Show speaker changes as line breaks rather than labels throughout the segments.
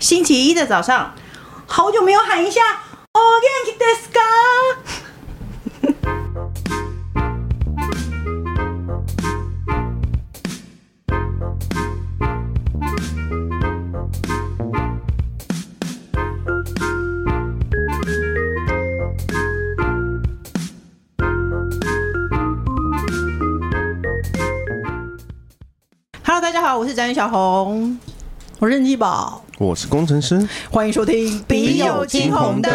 星期一的早上，好久没有喊一下“哦，元気ですか”。Hello，大家好，我是展宇小红，我是基宝，
我是工程师，
欢迎收听《
笔友青红灯》。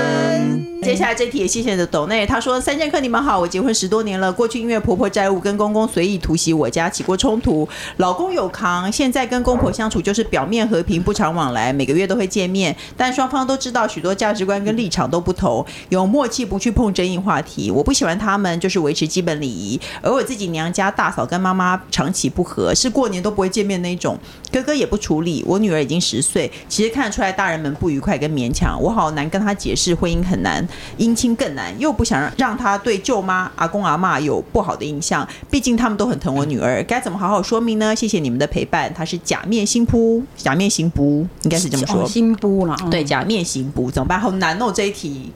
接下来这题也谢谢你的斗内，他说：“三剑客，你们好，我结婚十多年了，过去因为婆婆债务跟公公随意突袭我家，起过冲突，老公有扛，现在跟公婆相处就是表面和平，不常往来，每个月都会见面，但双方都知道许多价值观跟立场都不同，有默契不去碰争议话题。我不喜欢他们，就是维持基本礼仪。而我自己娘家大嫂跟妈妈长期不和，是过年都不会见面那种，哥哥也不处理。我女儿已经十岁，其实看得出来大人们不愉快跟勉强，我好难跟她解释婚姻很难，姻亲更难，又不想让让她对舅妈、阿公、阿嬷有不好的印象，毕竟他们都很疼我女儿，该怎么好好说明呢？谢谢你们的陪伴，她是假面新扑，假面新扑应该是这么说
哦，新布啦，嗯
对，，假面行补怎么办？好难哦，这一题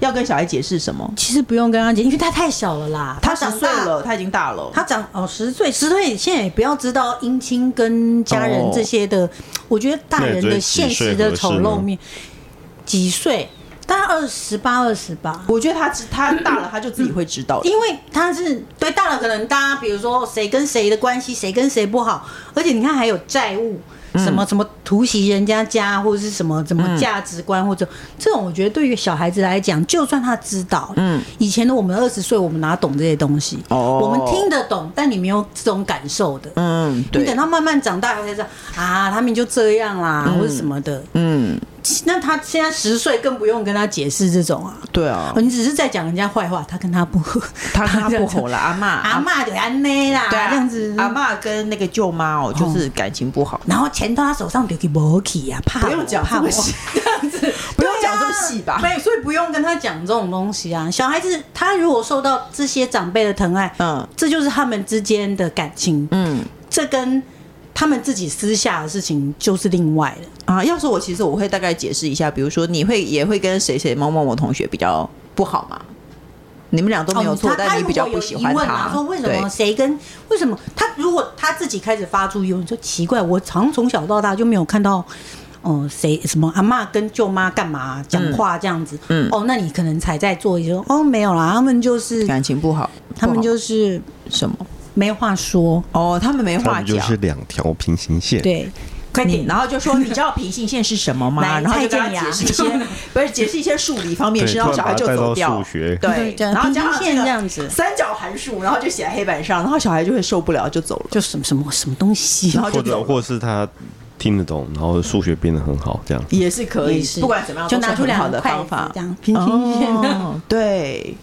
要跟小孩解释什么？
其实不用跟他讲，因为他太小了啦，
他十
长
岁
大，
了，他已经大了。
他长哦十岁，十岁现在也不要知道姻亲跟家人
哦
这些的，我觉得大人
那
的
你觉
现
得几岁
实的
合适
丑陋
呢
面，几岁？大概二十八、二十八。
我觉得他知他大了，他就自己会知道的。
因为他是对大了，可能大家比如说谁跟谁的关系，谁跟谁不好，而且你看还有债务，
嗯
什么什么突袭人家家，或者是什么什么价值观，或者这种，我觉得对于小孩子来讲，就算他知道，嗯，以前的我们二十岁，我们哪懂这些东西？
哦
我们听得懂，但你没有这种感受的。
嗯，
你等到慢慢长大以后才知道啊，他们就这样啦，或者什么的。
嗯，
那他现在十岁，更不用跟他解释这种啊。
对啊
哦，，你只是在讲人家坏话，他跟他不合，
他跟他不吼 了，阿妈
阿嬷就安内啦，
对啊
这样子。
阿妈跟那个舅妈哦，就是感情不好。
然后钱到他手上就给没去呀，怕我
不用讲
怕
这么
我
细
这样子，
不用
对啊
讲这么细吧
对，所以不用跟他讲这种东西啊。小孩子他如果受到这些长辈的疼爱，
嗯
这就是他们之间的感情，
嗯
这跟他们自己私下的事情就是另外的。
啊，要是我其实我会大概解释一下，比如说你会也会跟谁谁某某某同学比较不好嘛？你们俩都没有错
哦，他
但
他
你比较
如果
不
有
喜欢
疑问啊
他。
说为什
对
么谁跟为什么他如果他自己开始发出疑问，说奇怪，我好像从小到大就没有看到。哦，谁什么阿嬷跟舅妈干嘛讲话这样子？
嗯
哦，那你可能才在做一些说哦，没有啦，他们就是
感情不好？
他们
不好
就是
什么？
没话说，
哦，他们没
他
话
们就
讲。
是两条平行线。，
对，快
你
点，
然后就 说你知道平行线是什么吗？
来
然后就跟他
蔡健雅
解释一些，不是解释一些数理方面，
对
是让小孩就走
突然把他带
掉
到数学
对，
对
然后加上
平行线
这个
这样子
三角函数，然后就写在黑板上，然后小孩就会受不了就走了，
就什么什么什么东西啊
然，后就
或
走
者
了。
或是他听得懂，然后数学变得很好，这样。
也是可以
也，是
不管怎么样，
就拿出两
好
个
的
筷
方
子
法，
这样平行线这样
哦，对，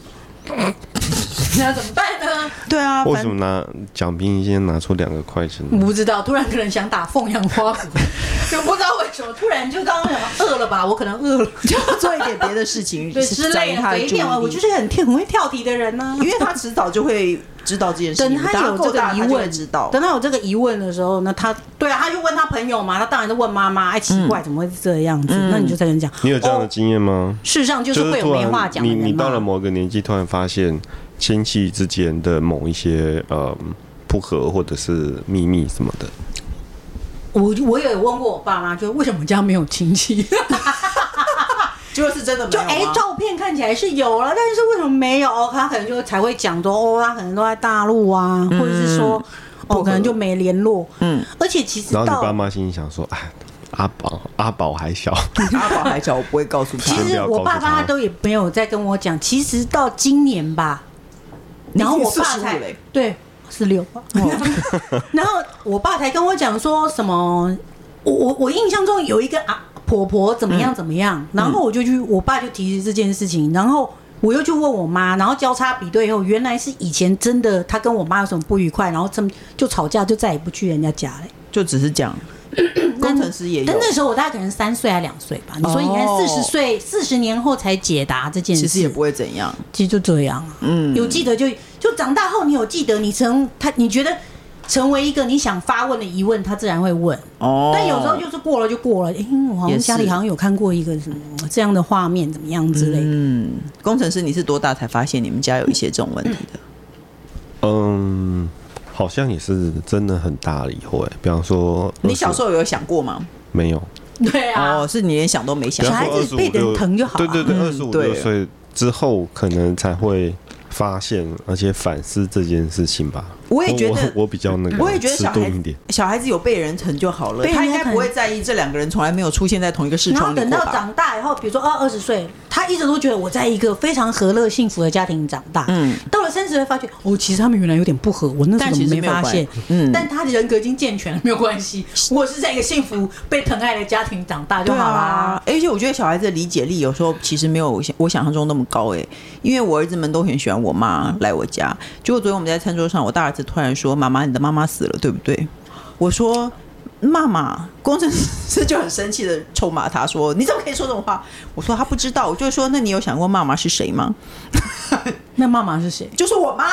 那怎么办呢？
对啊，
为
反
什么拿讲平行线拿出两个筷子呢？
不知道，突然可能想打凤阳花 鼓，就不知道为什么突然就刚刚想饿了吧，我可能饿了。
就做一点别的事情
对
是
之
转
类
移
的，
他的
随
注意
便啊，我
力
就是很跳很会跳题的人呢、
因为他迟早就会知道这件事情，
等他有
够
这
大
个
他
疑
就会
问，
知道，
等他有这个疑问的时候，那他对啊，他就问他朋友嘛，他当然是问妈妈。哎，
嗯
奇怪，怎么会是这样子？那你就才能讲。
你有这样的
哦？
经验吗？
事实上就
嗯就是
会有
突
没
然
话讲的
你
人嘛。
你到了某个年纪，突然发现亲戚之间的某一些呃不和或者是秘密什么的，
我我也问过我爸妈，就为什么家没有亲戚？
结果是真的没
就
有啊
哎、
吗
照片看起来是有了，但是为什么没有？哦他可能就才会讲说，哦，他可能都在大陆啊，或者是说，哦，可能就没联络。嗯，而且其实
嗯然后你
到
爸妈心里想说，哎，阿宝阿宝还小，
阿宝还小，我不会告诉他
其。实我爸妈都也没有在跟我讲，其实到今年吧，
你已经
然后我爸
45
才
嘞
对十 六吧，然后我爸才跟我讲说什么，我我我印象中有一个啊婆婆怎么
嗯
样怎么样，然后我就去，我爸就提起这件事情，然后。我又去问我妈，然后交叉比对以后，原来是以前真的她跟我妈有什么不愉快，然后这么就吵架，就再也不去人家家了。
就只是 讲，工程师也有
嗯
哦
但，那时候我大概可能三岁还两岁吧，你说应该四十岁，四十年后才解答这件事，
其实也不会怎样。
其实就这样啊，嗯，有记得就就长大后你有记得，你曾他你觉得成为一个你想发问的疑问，他自然会问。
哦
但有时候就是过了就过了，哎、我好像
也是
家里好像有看过一个什么这样的画面，怎么样之类的。
嗯，工程师你是多大才发现你们家有一些这种问题的？
嗯，好像也是真的很大了以后哎、比方说
你小时
候
候有想过吗？
没有，
对啊，
哦，是你连想都没想
比
小
方
过。
孩
说
子被人
25
疼就好
对
了
对对，二十五
对
六岁之后可能才会发现，而且反思这件事情吧。
我也觉得
我我比较那个，
我也觉得小
迟钝
孩
一点。
小孩子有被人疼就好了，
被人
他
疼
应该不会在意这两个人从来没有出现在同一个视
然
窗
后
里
等
过
到
吧？
长大以后，比如说哦二二十岁，他一直都觉得我在一个非常和乐幸福的家庭长大。
嗯
嗯，到了三十岁发觉，哦，其实他们原来有点不合，我那时
但
候
其实
怎么
没有
发
关
现。
嗯
嗯，但他的人格已经健全了，没有关 系。我是在一个幸福被疼爱的家庭长大就
对
好
啊
啦。，
而且我觉得小孩子的理解力有时候其实没有我想我想象中那么高诶、因为我儿子们都很喜欢我
嗯
妈来我家。结果昨天我们在餐桌上，我大儿子突然说：“妈妈，你的妈妈死了，对不对？”我说：“妈妈。”工程师就很生气的臭骂他说：“你怎么可以说这种话？”我说：“他不知道。”我就说：“那你有想过妈妈是谁吗？”
那妈妈是谁？
就是我妈，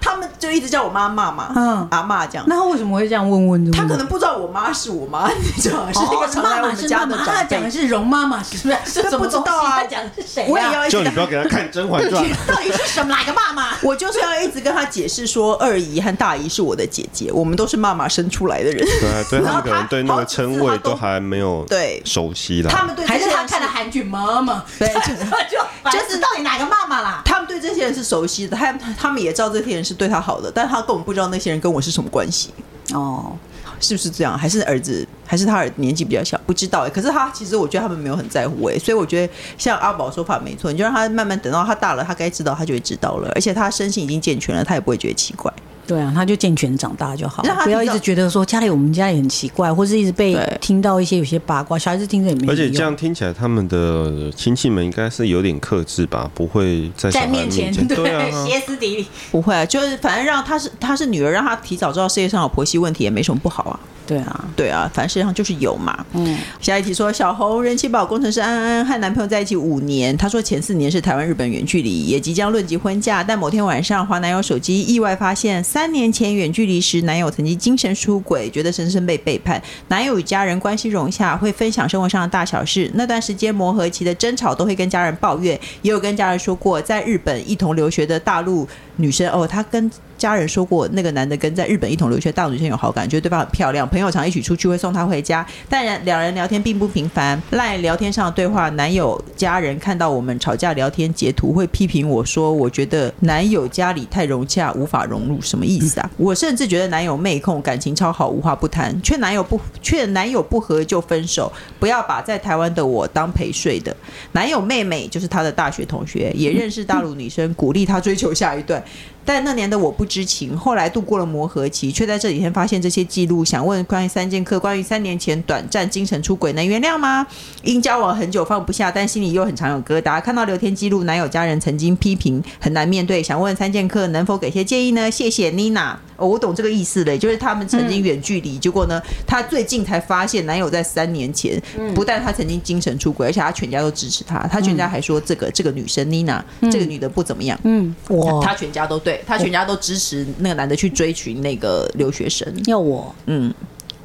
他们就一直叫我妈妈嘛，
嗯
阿妈这样。
那他为什么会这样问问的？
他可能不知道我妈是我妈，你知道吗，是那
哦
个
是
常来
妈
我
妈
们
是
家
妈
的
妈，他
长
讲的
辈。
是容妈妈，是不是？是
这
什么
不知
东西
道啊
他讲的是谁啊？
我也要一直
就
跟他
你不要给他看《甄嬛传》，
到底是什么哪个妈妈？
我就是要一直跟他解释说，二姨和大姨是我的姐姐，我们都是妈妈生出来的人。
对啊，对他
然后
们可能
他
对那
好
个
几次
称
他
谓
都
都还没有
对
熟悉啦。
他们对这
还
些
是他
人
看了韩剧《妈妈》？
对
就就
就是
是到底哪个妈妈啦？
他们对这些人是熟悉的，他他们也知道这些人是对他好的，但他根本不知道那些人跟我是什么关系，
哦，
是不是这样？还是儿子，还是他儿子年纪比较小，不知道哎、可是他其实我觉得他们没有很在乎哎、所以我觉得像阿宝说法没错，你就让他慢慢等到他大了，他该知道他就会知道了，而且他身心已经健全了，他也不会觉得奇怪。
对啊，他就健全长大就好
让他，
不要
知
一
道
直觉得说家里我们家里很奇怪，或是一直被
对
听到一些有些八卦，小孩子听着也没有
而且这
用
样听起来，他们的亲戚们应该是有点克制吧，不会在小孩
在
面
面前
对啊，。
歇斯底里，
不会，啊，就是反正让她是她是女儿，让她提早知道世界上有婆媳问题也没什么不好啊。
对啊，
对啊，反正世界上就是有嘛。嗯，下一题说小红人气宝工程师安安和男朋友在一起五年，她说前四年是台湾日本远距离，也即将论及婚嫁，但某天晚上划男友手机，意外发现三年前远距离时男友曾经精神出轨，觉得深深被背叛。男友与家人关系融洽，会分享生活上的大小事，那段时间磨合期的争吵都会跟家人抱怨，也有跟家人说过，在日本一同留学的大陆女生哦，她跟家人说过，那个男的跟在日本一同留学的大陆女生有好感，觉得对方很漂亮，朋友常一起出去会送她回家，但两人聊天并不频繁。赖聊天上的对话，男友家人看到我们吵架聊天截图，会批评我说，我觉得男友家里太融洽，无法融入，什么意思啊？我甚至觉得男友妹控，感情超好，无话不谈，却男友不却男友不和就分手，不要把在台湾的我当陪睡的。男友妹妹就是她的大学同学，也认识大陆女生，鼓励她追求下一段。但那年的我不知情，后来度过了磨合期，却在这几天发现这些记录。想问关于三剑客，关于三年前短暂精神出轨，能原谅吗？因交往很久放不下，但心里又很常有疙瘩。看到聊天记录，男友家人曾经批评，很难面对。想问三剑客能否给些建议呢？谢谢妮娜。哦，我懂这个意思了，就是他们曾经远距离，结果呢，她最近才发现男友在三年前，不但她曾经精神出轨，而且她全家都支持她，她全家还说这个这个女生妮娜，这个女的不怎么样。
嗯，我
他全家都对他全家都支持那个男的去追寻那个留学生。
要我
嗯，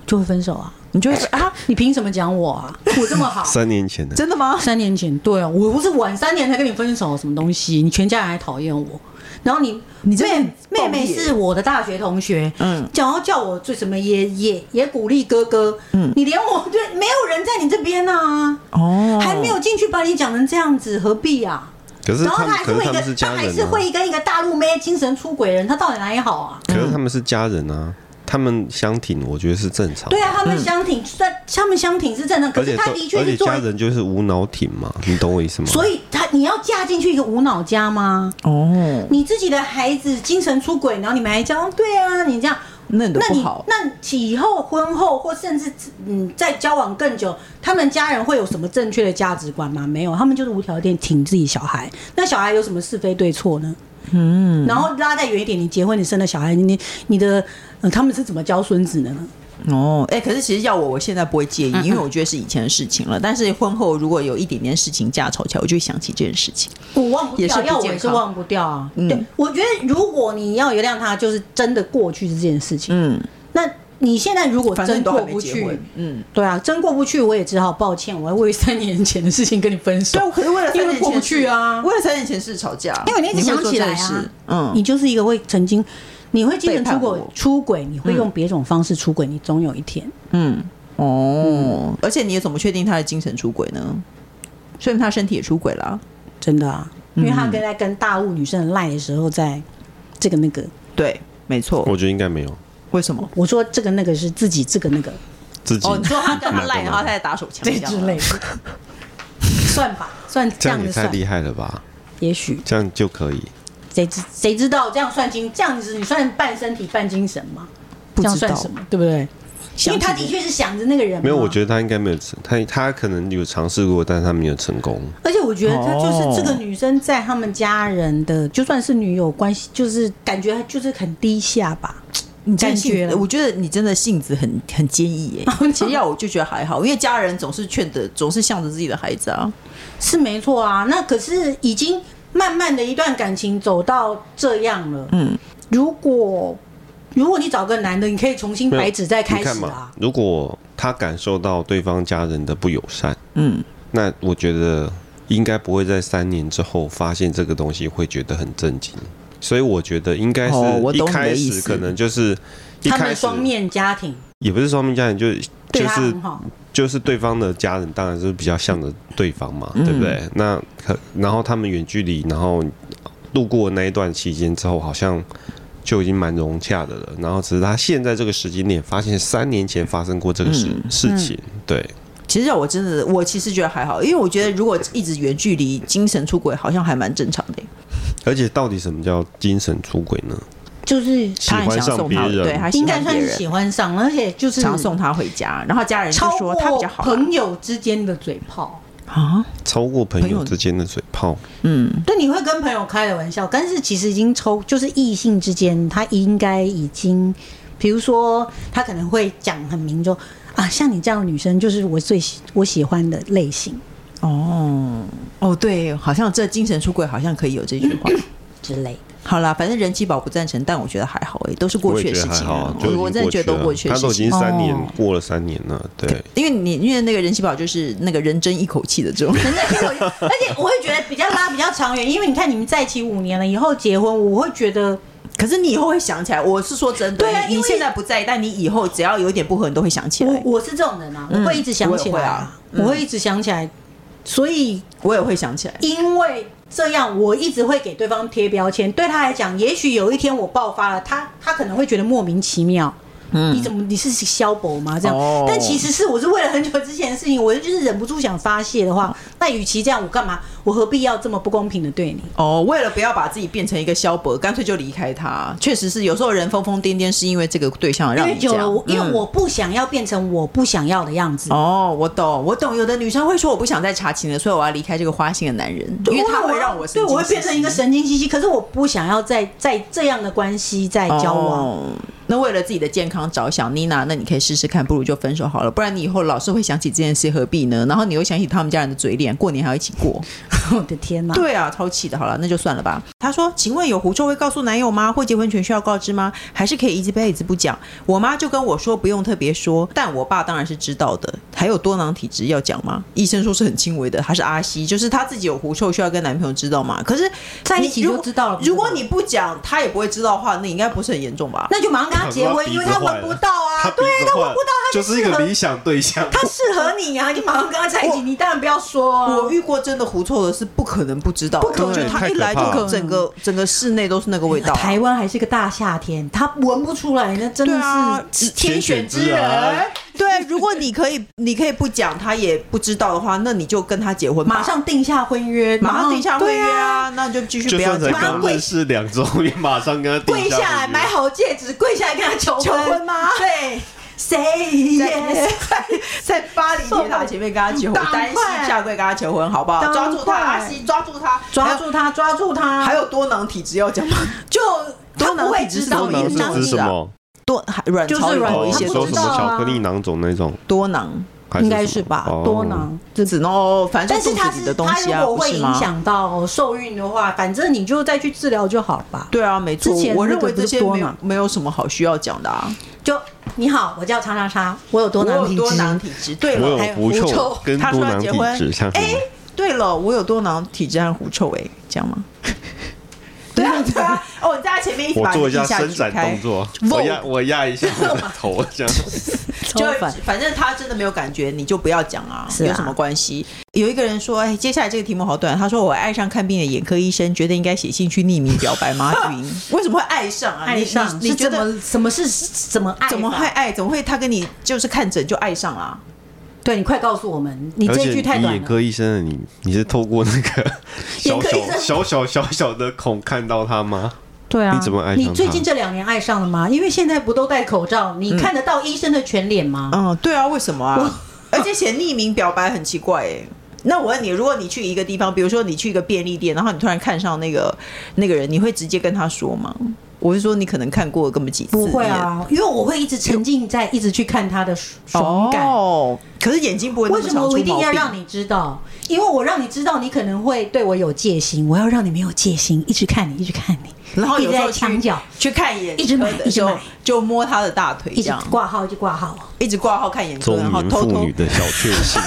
就会分手啊
你就会说啊，
你凭什么讲我啊？我这么好
三年前的。
真的吗？
三年前，对啊，我不是晚三年才跟你分手，什么东西？你全家人还讨厌我，然后你
你真的很
妹妹
暴
妹
力耶
是我的大学同学，
嗯
嗯，想要叫我做什么也也也鼓励哥哥，嗯，你连我对没有人在你这边啊，
哦
还没有进去把你讲成这样子，何必啊？
可是
然
他
后
们，
还是
可是
会
他
一
们是
个，
家
他还
人
是
啊。
会跟一个大陆妹精神出轨人，他到底哪里好啊？
可是他们是家人啊，他们相挺，我觉得是正常。
对啊，他们相挺，但、他们相挺是正常，可
嗯而
是
且
他
都
的确
而且
是做
家，人就是无脑挺嘛，你懂我意思吗？
所以他你要嫁进去一个无脑家吗？
哦，
你自己的孩子精神出轨，然后你们还讲对啊，你这样，
那你的
那
不
你
好。
那以后婚后或甚至嗯在交往更久，他们家人会有什么正确的价值观吗？没有，他们就是无条件挺自己小孩。那小孩有什么是非对错呢？嗯，然后拉再远一点，你结婚，你生了小孩，你你的、呃他们是怎么教孙子的呢？
哦，嗯哎、可是其实要我，我现在不会介意，因为我觉得是以前的事情了。但是婚后如果有一点点事情架吵起来，我就会想起这件事情。
我忘不
也是
掉，
不
要我
健
也是
康
忘不掉啊。
嗯
对，我觉得如果你要原谅他，就是真的过去这件事情。
嗯，
那你现在如果
反正
真
你都
过
还没
不
结
去
婚，，嗯，
对啊，真过不去，我也只好抱歉，我要为三年前的事情跟你分手
对，。我可是为了
因
三
为
年前
过不去啊
事为了三年前事吵架，
因为我那天
你会
想
做
起
这
来
件
啊
事，嗯，
你就是一个会曾经，你会精神出
背叛
轨
我，
出轨，你会用别种方式出轨，你总有一天。
嗯，哦，而且你也怎么确定他的精神出轨呢？说明他身体也出轨啦。
真的啊，因为他跟在跟大陆女生赖的时候，在这个那个，
对，没错。
我觉得应该没有
为什么？
我说这个那个是自己这个那个
自己。
哦，你说他跟 他 赖，
哪个
然后他在打手枪，
这
样啊
之
吗
类 的，算吧，算
这
这
样
样
也
子
太
算，
厉害了吧？
也许
这样就可以。
谁知谁知道这样算精，这样子你算半身体半精神吗？
不
这
知道
样算什么？对不对？因为他的确是想着那个人嘛，
没有，我觉得他应该没有成，他他可能有尝试过，但是他没有成功。
而且我觉得她就是这个女生在他们家人的，就算是女友关系，就是感觉就是很低下吧，你
但
感
性
觉了
我觉得哦你真的性子很很坚毅 耶、其实要我就觉得还好，因为家人总是劝的，总是向着自己的孩子啊。
是没错啊。那可是已经慢慢的一段感情走到这样了，嗯，如果如果你找个男的，你可以重新
没有
白纸再开
你看
始
嘛
啊，。
如果他感受到对方家人的不友善，
嗯，
那我觉得应该不会在三年之后发现这个东西会觉得很震惊。所以我觉得应该
哦我
是一
懂你的
开
意
始
思
可能就是一
他
开
们
始
双面家庭
也不是双面家人，就
对啊
就
他
是
很好，
就是对方的家人当然是比较向着对方嘛，
嗯
对不对？那可然后他们远距离，然后度过那一段期间之后，好像就已经蛮融洽的了。然后只是他现在这个时间点，发现三年前发生过这个事、
嗯
事情，对，
其实要我真的，我其实觉得还好，因为我觉得如果一直远距离，精神出轨好像还蛮正常的耶、
而且到底什么叫精神出轨呢？
就是
喜
他
欢
很想
上
送
别
他，对，
人，
他喜
应该
欢
算
别
是
人，
喜欢上，而且就是
常送他回家，然后家人就
超
说
过
他比较好啦
朋友之间的嘴炮。
啊。
超过朋
朋
友
友
之间的嘴炮，
嗯，
对，你会跟朋友开的玩笑，但是其实已经抽，就是异性之间，他应该已经，比如说他可能会讲很明说啊，像你这样的女生就是我最喜我喜欢的类型
哦，哦，对，好像这精神出轨好像可以有这句话。
之类的。
好啦，反正人气宝不赞成，但我觉得还好哎、都是过
我
去
也
的
觉
事
得还
情
好
啊，，
就已经
我我真的觉得都
过去了
过去的
他
事
都已
情
经。三年、
哦
过了三年了，对，
因为你因为那个人气宝就是那个人争一口气的这种，
真的，因为我而且我会觉得比较拉比较长远，因为你看你们在一起五年了，以后结婚，我会觉得
可是你以后会想起来，我是说真的，
对啊
你
因
你
为
现在不在意，但你以后只要有一点不合，你都会想起
我
来。
我是这种人啊，我会一直想
我也
起
会
来
啊
啊，我会一直想起来，所以
我也会想起来。
因为这样，我一直会给对方贴标签。对他来讲，也许有一天我爆发了，他他可能会觉得莫名其妙。你怎么你是消薄吗？这样，
嗯哦
但其实是我是为了很久之前的事情，我就是忍不住想发泄的话，
嗯
那与其这样，我干嘛？我何必要这么不公平的对你？
哦，为了不要把自己变成一个萧伯，干脆就离开他。确实是，有时候人疯疯癫癫是因为这个对象
因
让
为
你这
久了，
样。
我因为
嗯
我不想要变成我不想要的样子。
哦，我懂，我懂。有的女生会说我不想再查情了，所以我要离开这个花心的男人，因为他
我
会让我神
对
经
我会变
兮
成一个
兮
神经兮兮，可是我不想要再在这样的关系再交往。
哦那为了自己的健康着想，妮娜，那你可以试试看，不如就分手好了，不然你以后老是会想起这件事，何必呢？然后你又想起他们家人的嘴脸，过年还要一起过。
我的天哪！
对啊，超气的。好了，那就算了吧。他说：“请问有狐臭会告诉男友吗？或结婚前需要告知吗？还是可以一辈子不讲？”我妈就跟我说不用特别说，但我爸当然是知道的。还有多囊体质要讲吗？医生说是很轻微的，他是阿西，就是他自己有狐臭需要跟男朋友知道嘛。可是
在一
你
起
如
就
果
知道了不是
如果
吗
你不讲，他也不会知道的话，那应该不是很严重吧？
那就马上跟他结婚，因为他闻不到啊，对，他闻不到，他
就
就是
一
适
个
合
理想对象。
他适合你啊，你马上跟他在一起，你当然不要说啊。
我遇过真的狐臭的是不可能嗯不知道的，
不可能
就他
对
一来
太
就
可怕了
整个整个室内都是那个味道啊。
嗯台湾还是个大夏天，他闻不出来，那真
对啊
的是天选之
天选之
人
人。
对，如果你可以，你可以不讲，他也不知道的话，那你就跟他结婚吧，
马上定下婚约，
马上定下婚约
对啊，
啊，那你就继续
就
不要
算才
讲。
刚认识两周，也马上跟他定
跪下来
婚约
买好戒指，跪下来跟他求
求婚吗
对，谁
在
也
在 在巴黎铁塔前面跟他求婚
赶，快
单膝下跪跟他求婚，好不好？
赶
抓
快
住他，阿西，抓住他，
抓住他，抓住他，
还有。还有多囊体质要讲吗？
就他
多囊
不会
体质
知
是
道
多
多囊
囊是
你当
是指
指
什
啊
么？
多卵
就是
巢里
卵
头
哦，
一
你
些
他
说
东
什
西
知道
么
啊
巧克力囊肿那种？
多囊、
还
应
什
该
么
是吧
哦，
多囊。
子脓，哦反正
但
就是肚
它
子里
是
的东
它
西
如
啊，
果
不
会
是
影
吗？
响到受孕的话，反正你就再去治疗就好了吧。
对啊，没错
之前，
我认
那个
为
不
这
是
些
多
没有
囊
没有什么好需要讲的啊。
就你好，我叫叉叉叉，我有多
我
囊
有
体
多囊
质。
体质。对
我
了，还
有
有
狐
狐
臭
臭
跟
他
多
说要
囊
结
体
婚哎
质，像什么？
对了，我有多囊体质和狐臭、 哎，这样吗？对啊，对啊。哦，你在他前面一直
我
把
做一
你的腋下
下伸
举
展
开
动作，
Vogue
我压我压一下我的头，这样。
就
超烦
反正他真的没有感觉，你就不要讲啊，
是啊
有什么关系？有一个人说，哎，接下来这个题目好短。他说，我爱上看病的眼科医生，觉得应该写信去匿名表白吗？云 为什么会爱上啊？
爱哎上
你你
是
你觉
怎
得
么什么是怎么爱？
怎么会？爱？怎么会他跟你就是看诊就爱上啊？
对你快告诉我们，你
而
这
且
一句太
你
短
眼
了。
科医生的你，你是透过那个
眼
小
科医生
小小小小小的孔看到他吗？
对啊
你怎么爱上
你
他？
最近这两年爱上了吗？因为现在不都戴口罩，你看得到医生的全脸吗？
嗯，对嗯啊，为什么啊？ 而且写匿名表白很奇怪哎、那我问你，如果你去一个地方，比如说你去一个便利店，然后你突然看上那个那个人，你会直接跟他说吗？我是说，你可能看过根本几次，
不会啊，因为我会一直沉浸在一直去看他的爽感。
哦，可是眼睛不会那
为
么
什
长出毛
么我
病。
一定要让你知道？因为我让你知道，你可能会对我有戒心。我要让你没有戒心，一直看你，一直看你，
然后
一
有
直
时
在
候
墙
去
角，
去看眼
一直买
科
一
的
直
时候
买，
就摸他的大腿，
一
这
直
样
挂号，一直挂号。
一直挂号看眼科，
中
然后
年
啊偷
妇
偷
女的小确幸，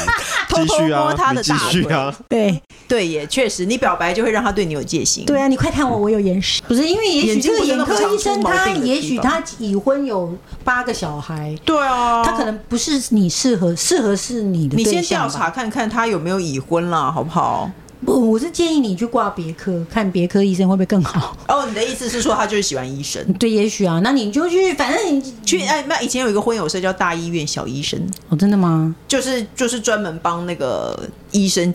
偷
继
偷
续啊，
摸他的
你继
大
续
腿。
啊。
对
对耶，确实，你表白就会让他对你有戒心。
对啊，你快看我，我有眼屎。不是因为也许
眼睛
这
不
个
是
眼
那么
科
常
医生
出毛
他
病的
也
地
许
方
他已婚有八个小孩，
对啊，
他可能不是你适合，适合是哦你的
你先
对
调
象
查
吧。
看看他有没有已婚啦，好不好？
不，我是建议你去挂别科，看别科医生会不会更好。
哦，你的意思是说他就是喜欢医生？
对，也许啊，那你就去，反正你
去哎，那以前有一个婚友社叫大医院小医生，
哦，真的吗？
就是就是专门帮那个医生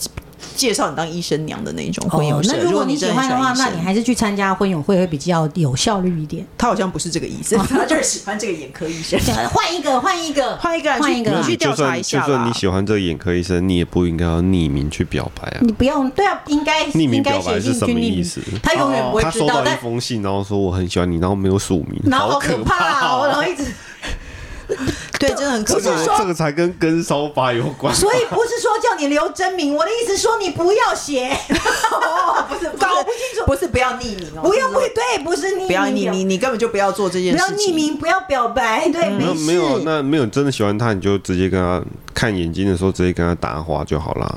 介绍你当医生娘的那种婚友社。
哦那如果你喜
真很
欢的话，
医
那
生
你还是去参加婚友会会比较有效率一点。
他好像不是这个意思，哦他就是喜欢这个眼科医生。
对换一个，换一个，
换一个
换一个
你
啊。
去调
就
查
算
一
就
下啦
算你喜欢这个眼科医生，你也不应该要匿名去表白啊。
你不用，对啊， 应该
匿名
应该
表白
写信
是
去
什
匿
么
名
意思？哦
他永远不会
他
知
收
道，
到一
但
封信，然后说我很喜欢你，然后没有署名，
然后好
可
可怕
哦
哦，然后一直，
对，真的很可
这
怕。
个这个才跟跟烧吧有 关。
所以不是说叫你留真名，我的意思说你不要写，
不是
搞不清楚
不是不要匿名哦，
不要不
是说
对，不是匿名，
不要匿名，，你根本就不要做这件
不
事
要
情。
匿，名，不要表白，对，
没有
没事，
没有，嗯啊那没有真的喜欢他，你就直接跟他看眼睛的时候直接跟他搭话就好啦。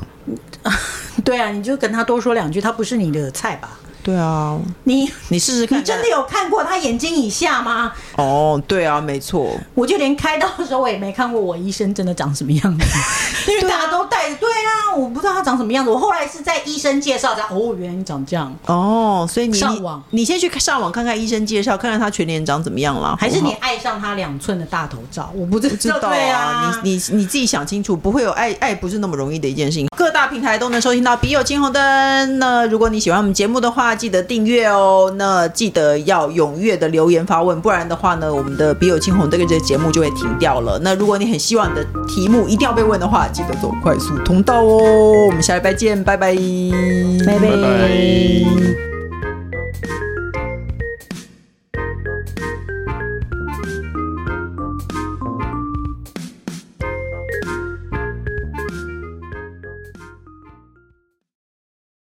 对啊，你就跟他多说两句，他不是你的菜吧？
对啊，
你
你试试看看。啊
你真的有看过他眼睛以下吗？
哦，对啊，没错。
我就连开刀的时候我也没看过我医生真的长什么样子， 因为大家都戴着。对啊，我不知道他长什么样子。我后来是在医生介绍才，哦，原来你长这样。
哦，所以你
上网
你先去上网看看医生介绍，看看他全脸长怎么样啦。
还是
好不
你
好
爱上他两寸的大头照？我不知道，
知道
对
啊
啊，，
你你你自己想清楚，不会有爱爱不是那么容易的一件事情。各大平台都能收听到《笔友青红灯》，那如果你喜欢我们节目的话，记得订阅哦。那记得要踊跃的留言发问，不然的话呢，我们的《笔友青红灯》这个节目就会停掉了。那如果你很希望你的题目一定要被问的话，记得
嗯
走快速通道哦。我们下礼拜见，拜拜，
拜
拜拜。